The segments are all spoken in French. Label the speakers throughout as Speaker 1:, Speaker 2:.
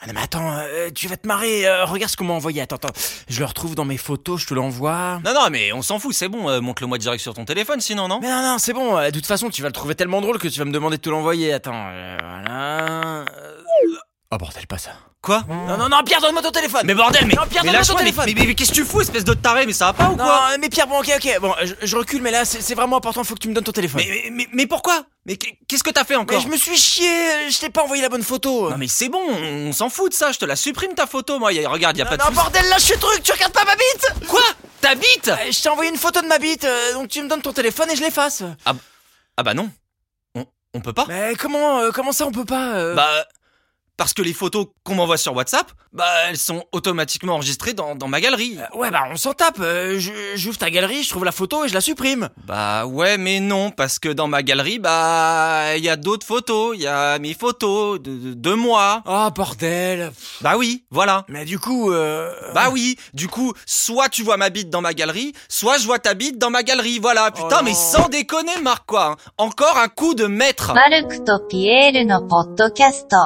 Speaker 1: Ah non mais attends, euh, tu vas te marrer, euh, regarde ce qu'on m'a envoyé, attends, attends, je le retrouve dans mes photos, je te l'envoie.
Speaker 2: Non, non, mais on s'en fout, c'est bon, euh, montre-le-moi direct sur ton téléphone sinon, non
Speaker 1: Mais non, non, c'est bon, euh, de toute façon tu vas le trouver tellement drôle que tu vas me demander de te l'envoyer, attends, euh, voilà... Euh, Oh bordel, pas ça.
Speaker 2: Quoi
Speaker 1: Non, non, non, Pierre, donne-moi ton téléphone
Speaker 2: Mais bordel, mais,
Speaker 1: Non, Pierre, donne-moi
Speaker 2: mais
Speaker 1: ton
Speaker 2: lâche-moi, mais-
Speaker 1: téléphone
Speaker 2: mais, mais- mais qu'est-ce que tu fous, espèce de taré, mais ça va pas ou
Speaker 1: Non,
Speaker 2: quoi
Speaker 1: mais Pierre, bon, ok, ok, bon, je, je recule, mais là, c'est c'est vraiment important, faut que tu me donnes ton téléphone.
Speaker 2: mais, mais, mais- mais pourquoi Mais qu'est- qu'est-ce que t'as fait encore
Speaker 1: Mais je me suis chié, euh, je t'ai pas envoyé la bonne photo.
Speaker 2: Non mais c'est bon, on, on s'en fout de ça, je te la supprime ta photo, moi, y a- regarde, y a pas de
Speaker 1: non,
Speaker 2: souci.
Speaker 1: bordel, lâche ce truc, tu regardes pas ma bite
Speaker 2: Quoi Ta bite
Speaker 1: Euh, Je t'ai envoyé une photo de ma bite, euh, donc tu me donnes ton téléphone et je l'efface.
Speaker 2: Ah bah non, on, on peut pas
Speaker 1: Mais comment, euh, comment ça on peut pas euh,
Speaker 2: Bah, parce que les photos qu'on m'envoie sur WhatsApp, bah elles sont automatiquement enregistrées dans, dans ma galerie.
Speaker 1: euh, Ouais, bah on s'en tape, euh, je- j'ouvre ta galerie, je trouve la photo et je la supprime.
Speaker 2: Bah ouais, mais non, parce que dans ma galerie, bah, il y a d'autres photos, il y a mes photos de, de, de moi.
Speaker 1: Oh bordel.
Speaker 2: Bah oui, voilà.
Speaker 1: Mais du coup, euh,
Speaker 2: Bah oui, du coup, soit tu vois ma bite dans ma galerie, soit je vois ta bite dans ma galerie, voilà.
Speaker 1: Oh
Speaker 2: Putain,
Speaker 1: non.
Speaker 2: mais sans déconner, Marc, quoi. hein. Encore un coup de maître.
Speaker 3: マルクとピエールのポッドキャスト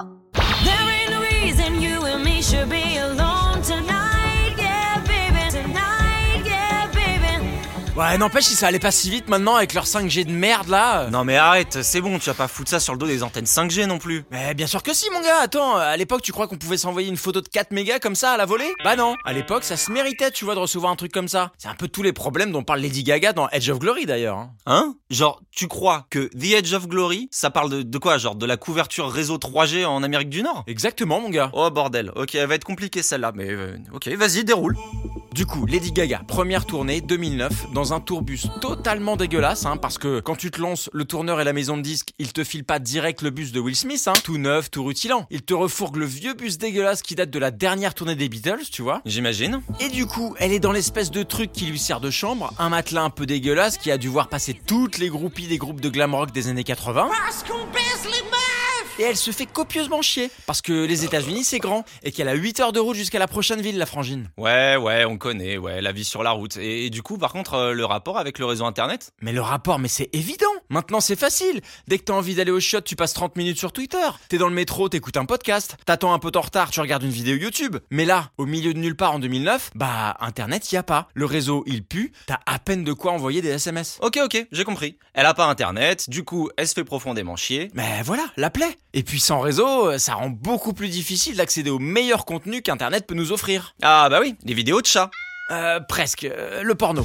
Speaker 4: There ain't no reason you and me should be alone tonight, yeah, baby. Tonight, yeah, baby.
Speaker 1: euh, ouais, n'empêche si ça allait pas si vite maintenant avec leur 5G de merde là. euh,
Speaker 2: Non mais arrête, c'est bon, tu vas pas foutre ça sur le dos des antennes 5G non plus.
Speaker 1: Mais bien sûr que si mon gars, attends, euh, à l'époque tu crois qu'on pouvait s'envoyer une photo de 4 mégas comme ça à la volée Bah non, à l'époque ça se méritait tu vois de recevoir un truc comme ça. C'est un peu tous les problèmes dont parle Lady Gaga dans Edge of Glory d'ailleurs. hein.
Speaker 2: Hein Genre, tu crois que The Edge of Glory, ça parle de, de quoi Genre de la couverture réseau 3G en Amérique du Nord
Speaker 1: Exactement mon gars.
Speaker 2: Oh bordel, ok, elle va être compliquée celle-là, mais euh, ok, vas-y, déroule.
Speaker 1: Du coup, Lady Gaga, première tournée 2009, dans un tourbus totalement dégueulasse, hein, parce que quand tu te lances, le tourneur et la maison de disques, ils te filent pas direct le bus de Will Smith, hein, tout neuf, tout rutilant. Ils te refourguent le vieux bus dégueulasse qui date de la dernière tournée des Beatles, tu vois.
Speaker 2: J'imagine.
Speaker 1: Et du coup, elle est dans l'espèce de truc qui lui sert de chambre, un matelas un peu dégueulasse qui a dû voir passer toutes les groupies des groupes de glam rock des années 80. Et elle se fait copieusement chier, parce que les États-Unis c'est grand, et qu'elle a 8 heures de route jusqu'à la prochaine ville, la frangine.
Speaker 2: Ouais, ouais, on connaît, ouais, la vie sur la route. Et, et du coup, par contre, euh, le rapport avec le réseau internet
Speaker 1: Mais le rapport, mais c'est évident Maintenant, c'est facile Dès que t'as envie d'aller au shot, tu passes 30 minutes sur Twitter. T'es dans le métro, t'écoutes un podcast. T'attends un peu en retard, tu regardes une vidéo YouTube. Mais là, au milieu de nulle part en 2009, bah, Internet, y a pas. Le réseau, il pue. T'as à peine de quoi envoyer des SMS.
Speaker 2: Ok, ok, j'ai compris. Elle a pas internet, du coup, elle se fait profondément chier.
Speaker 1: Mais voilà, la plaie Et puis sans réseau, euh, ça rend beaucoup plus difficile d'accéder au meilleur contenu qu'Internet peut nous offrir.
Speaker 2: Ah bah oui, les vidéos de chat.
Speaker 1: Euh, presque. euh, le porno.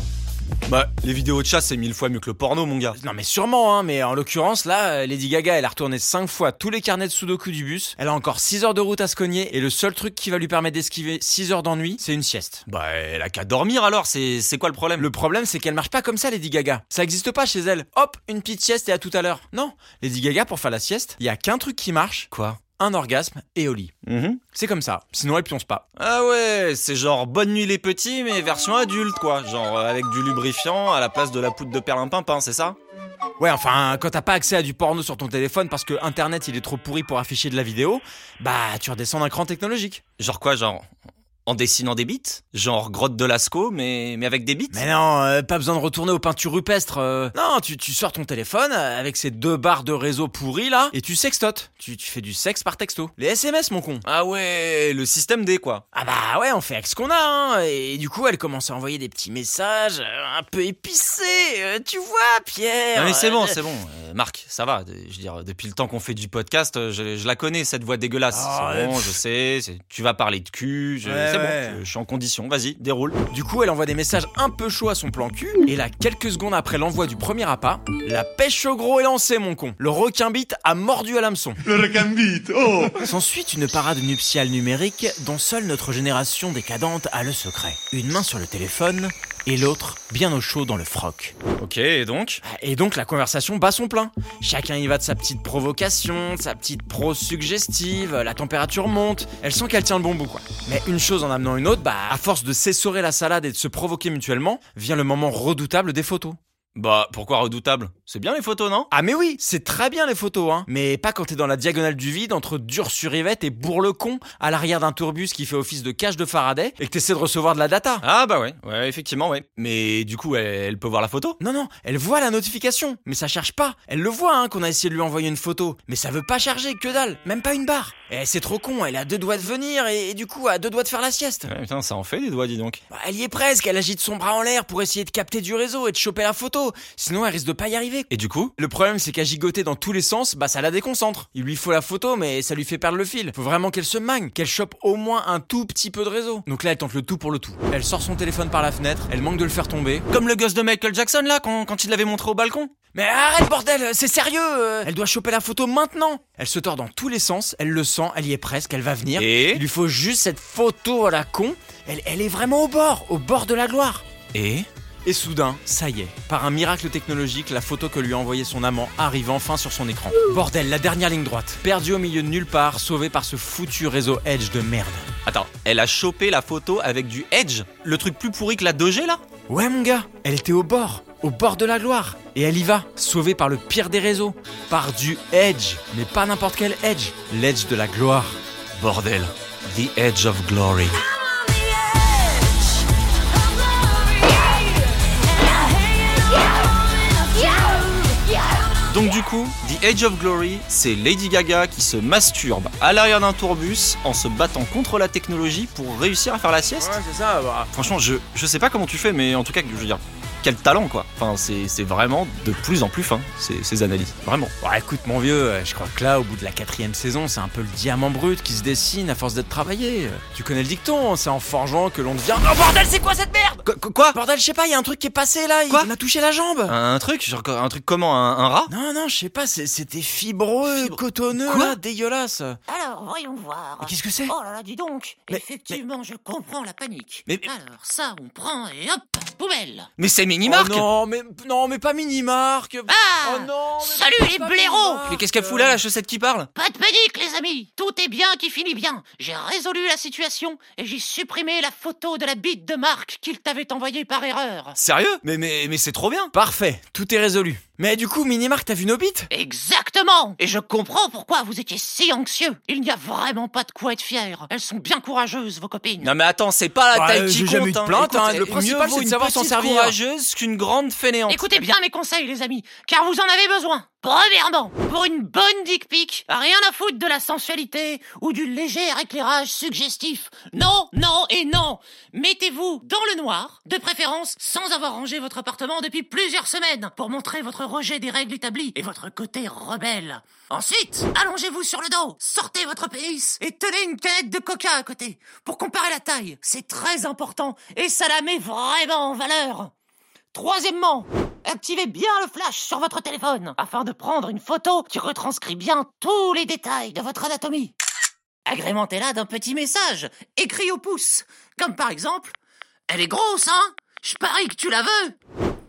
Speaker 2: Bah, les vidéos de chat, c'est mille fois mieux que le porno, mon gars.
Speaker 1: Non mais sûrement, hein, mais en l'occurrence là, euh, Lady Gaga elle a retourné 5 fois tous les carnets de Sudoku du bus, elle a encore 6 heures de route à se cogner, et le seul truc qui va lui permettre d'esquiver 6 heures d'ennui, c'est une sieste.
Speaker 2: Bah, elle a qu'à dormir alors, c'est c'est quoi le problème
Speaker 1: Le problème c'est qu'elle marche pas comme ça Lady Gaga, ça existe pas chez elle, hop, une petite sieste et à tout à l'heure. Non, Lady Gaga pour faire la sieste, il y a qu'un truc qui marche,
Speaker 2: Quoi
Speaker 1: un orgasme et au lit.
Speaker 2: Mm-hmm.
Speaker 1: C'est comme ça, sinon elle pionce pas.
Speaker 2: Ah ouais, c'est genre Bonne nuit les petits, mais version adulte quoi. Genre euh, avec du lubrifiant à la place de la poudre de perlimpinpin, c'est ça
Speaker 1: Ouais enfin, quand t'as pas accès à du porno sur ton téléphone parce que internet il est trop pourri pour afficher de la vidéo, bah tu redescends d'un cran technologique.
Speaker 2: Genre quoi, genre en dessinant des bites Genre grotte de Lascaux, mais, mais avec des bites
Speaker 1: Mais non, euh, pas besoin de retourner aux peintures rupestres. euh. Non, tu, tu sors ton téléphone euh, avec ces deux barres de réseau pourries là et tu sextotes. Tu, tu fais du sexe par texto. Les SMS, mon con.
Speaker 2: Ah ouais, le système D quoi.
Speaker 1: Ah bah ouais, on fait avec ce qu'on a. Hein. Et du coup, elle commence à envoyer des petits messages euh, un peu épicés. euh, tu vois, Pierre.
Speaker 2: Non mais c'est bon,
Speaker 1: euh,
Speaker 2: c'est bon. Euh, Marc, ça va. de- Je veux dire, depuis le temps qu'on fait du podcast, euh, je, je la connais cette voix dégueulasse.
Speaker 1: Ah,
Speaker 2: c'est bon,
Speaker 1: ouais,
Speaker 2: je sais. c'est- Tu vas parler de cul. je-
Speaker 1: Ouais,
Speaker 2: c'est
Speaker 1: ouais.
Speaker 2: bon, je, je suis en condition. Vas-y, déroule.
Speaker 1: Du coup, elle envoie des messages un peu chauds à son plan cul. Et là, quelques secondes après l'envoi du premier appât, la pêche au gros est lancée, mon con. Le requin bite a mordu à l'hameçon.
Speaker 5: Le recambite, oh
Speaker 1: S'ensuit une parade nuptiale numérique dont seule notre génération décadente a le secret. Une main sur le téléphone et l'autre bien au chaud dans le froc.
Speaker 2: Ok, et donc
Speaker 1: Et donc la conversation bat son plein. Chacun y va de sa petite provocation, de sa petite pro-suggestive, la température monte, elle sent qu'elle tient le bon bout quoi. Mais une chose en amenant une autre, bah à force de s'essorer la salade et de se provoquer mutuellement, vient le moment redoutable des photos.
Speaker 2: Bah, pourquoi redoutable C'est bien les photos, non
Speaker 1: Ah mais oui, c'est très bien les photos, hein. Mais pas quand t'es dans la diagonale du vide entre Dur-sur-Yvette et Bourlecon, à l'arrière d'un tourbus qui fait office de cage de Faraday, et que t'essaies de recevoir de la data.
Speaker 2: Ah bah ouais, ouais, effectivement, ouais. Mais du coup, elle, elle peut voir la photo
Speaker 1: Non, non, elle voit la notification, mais ça charge pas. Elle le voit, hein, qu'on a essayé de lui envoyer une photo, mais ça veut pas charger, que dalle, même pas une barre. Et c'est trop con, elle a deux doigts de venir, et, et du coup, à deux doigts de faire la sieste.
Speaker 2: Ouais, putain, ça en fait des doigts, dis donc.
Speaker 1: Bah, elle y est presque, elle agite son bras en l'air pour essayer de capter du réseau et de choper la photo, sinon elle risque de pas y arriver.
Speaker 2: Et du coup
Speaker 1: Le problème, c'est qu'à gigoter dans tous les sens, bah ça la déconcentre. Il lui faut la photo, mais ça lui fait perdre le fil. Faut vraiment qu'elle se magne, qu'elle chope au moins un tout petit peu de réseau. Donc là, elle tente le tout pour le tout. Elle sort son téléphone par la fenêtre, elle manque de le faire tomber.
Speaker 2: Comme le gosse de Michael Jackson, là, quand, quand il l'avait montré au balcon
Speaker 1: Mais arrête, bordel, c'est sérieux euh, Elle doit choper la photo maintenant Elle se tord dans tous les sens, elle le sent, elle y est presque, elle va venir.
Speaker 2: Et
Speaker 1: Il lui faut juste cette photo à la con. Elle, elle est vraiment au bord, au bord de la gloire.
Speaker 2: Et
Speaker 1: Et soudain, ça y est, par un miracle technologique, la photo que lui a envoyée son amant arrive enfin sur son écran. Bordel, la dernière ligne droite, perdue au milieu de nulle part, sauvée par ce foutu réseau Edge de merde.
Speaker 2: Attends, elle a chopé la photo avec du Edge Le truc plus pourri que la 2G, là
Speaker 1: Ouais mon gars, elle était au bord, au bord de la gloire, et elle y va, sauvée par le pire des réseaux, par du Edge, mais pas n'importe quel Edge, l'Edge de la gloire.
Speaker 2: Bordel. The Edge of Glory.
Speaker 4: on the edge of glory, and I hang on
Speaker 2: Donc du coup, The Edge of Glory, c'est Lady Gaga qui se masturbe à l'arrière d'un tourbus en se battant contre la technologie pour réussir à faire la sieste
Speaker 1: c'est ça,
Speaker 2: Franchement, je, je sais pas comment tu fais, mais en tout cas, je veux dire, quel talent quoi. Enfin, c'est c'est vraiment de plus en plus fin, ces, ces analyses. Vraiment.
Speaker 1: Bah écoute mon vieux, euh, je crois que là au bout de la quatrième saison c'est un peu le diamant brut qui se dessine à force d'être travaillé. Euh, Tu connais le dicton, hein, c'est en forgeant que l'on devient... Oh bordel c'est quoi cette merde
Speaker 2: Qu- Quoi
Speaker 1: Bordel je sais pas, il y a un truc qui est passé là, il
Speaker 2: Quoi Hein
Speaker 1: il m'a touché la jambe
Speaker 2: un, un truc Genre un truc comment un, un rat
Speaker 1: Non non je sais pas, c'est- c'était fibreux,
Speaker 2: Fibre-
Speaker 1: cotonneux,
Speaker 2: Quoi
Speaker 1: là, dégueulasse.
Speaker 5: Alors, voyons voir.
Speaker 1: Mais qu'est-ce que c'est
Speaker 5: Oh là là, dis donc
Speaker 1: Mais-
Speaker 5: Effectivement, je comprends la panique.
Speaker 1: Mais-
Speaker 5: Alors, ça, on prend et hop Poubelle
Speaker 2: Mais c'est
Speaker 1: Oh
Speaker 2: Minimark
Speaker 1: non mais, non mais pas mini-marque
Speaker 5: Ah
Speaker 1: Oh non mais
Speaker 5: Salut
Speaker 1: pas
Speaker 5: les
Speaker 1: mini-marque.
Speaker 5: blaireaux
Speaker 2: Mais qu'est-ce qu'elle fout là, la chaussette qui parle
Speaker 5: Pas de panique, les amis Tout est bien qui finit bien J'ai résolu la situation et j'ai supprimé la photo de la bite de Marc qu'il t'avait envoyée par erreur.
Speaker 2: Sérieux Mais mais mais c'est trop bien
Speaker 1: Parfait, tout est résolu. Mais du coup mini-marque t'as vu nos bites
Speaker 5: Exactement Et je comprends pourquoi vous étiez si anxieux Il n'y a vraiment pas de quoi être fier. Elles sont bien courageuses, vos copines.
Speaker 2: Non mais attends, c'est pas la
Speaker 1: Bah,
Speaker 2: taille
Speaker 1: euh,
Speaker 2: qui
Speaker 1: j'ai
Speaker 2: compte.
Speaker 1: jamais eu de plainte, hein.
Speaker 2: Écoute,
Speaker 1: Le
Speaker 2: mieux
Speaker 1: principal,
Speaker 2: vaut
Speaker 1: c'est de
Speaker 2: une
Speaker 1: savoir s'en
Speaker 2: petite
Speaker 1: servir.
Speaker 2: courageuse qu'une grande fainéante.
Speaker 5: Écoutez bien mes conseils, les amis, car vous en avez besoin. Premièrement, pour une bonne dick pic, rien à foutre de la sensualité ou du léger éclairage suggestif. Non, non et non. Mettez-vous dans le noir, de préférence sans avoir rangé votre appartement depuis plusieurs semaines, pour montrer votre rejet des règles établies et votre côté rebelle. Ensuite, allongez-vous sur le dos, sortez votre pénis et tenez une canette de coca à côté, pour comparer la taille. C'est très important et ça la met vraiment en valeur. Troisièmement, activez bien le flash sur votre téléphone afin de prendre une photo qui retranscrit bien tous les détails de votre anatomie. Agrémentez-la d'un petit message écrit au pouce, comme par exemple Elle est grosse, hein Je parie que tu la veux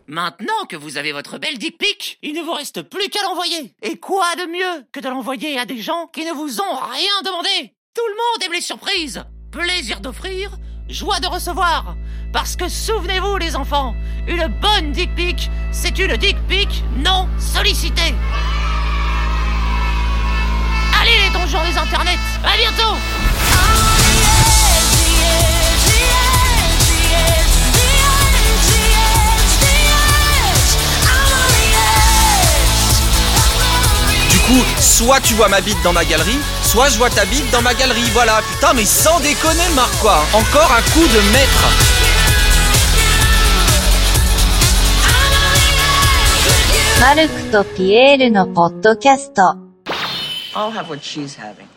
Speaker 5: Maintenant que vous avez votre belle dick pic, il ne vous reste plus qu'à l'envoyer. Et quoi de mieux que de l'envoyer à des gens qui ne vous ont rien demandé Tout le monde aime les surprises Plaisir d'offrir, joie de recevoir parce que souvenez-vous, les enfants, une bonne dick pic, c'est une dick pic non sollicitée. Allez, les donjons des internets, à bientôt!
Speaker 2: Du coup, soit tu vois ma bite dans ma galerie, soit je vois ta bite dans ma galerie. Voilà, putain, mais sans déconner, Marc, quoi. Encore un coup de maître.
Speaker 3: 「マルクとピエールのポッドキャスト」
Speaker 6: I'll have what she's having.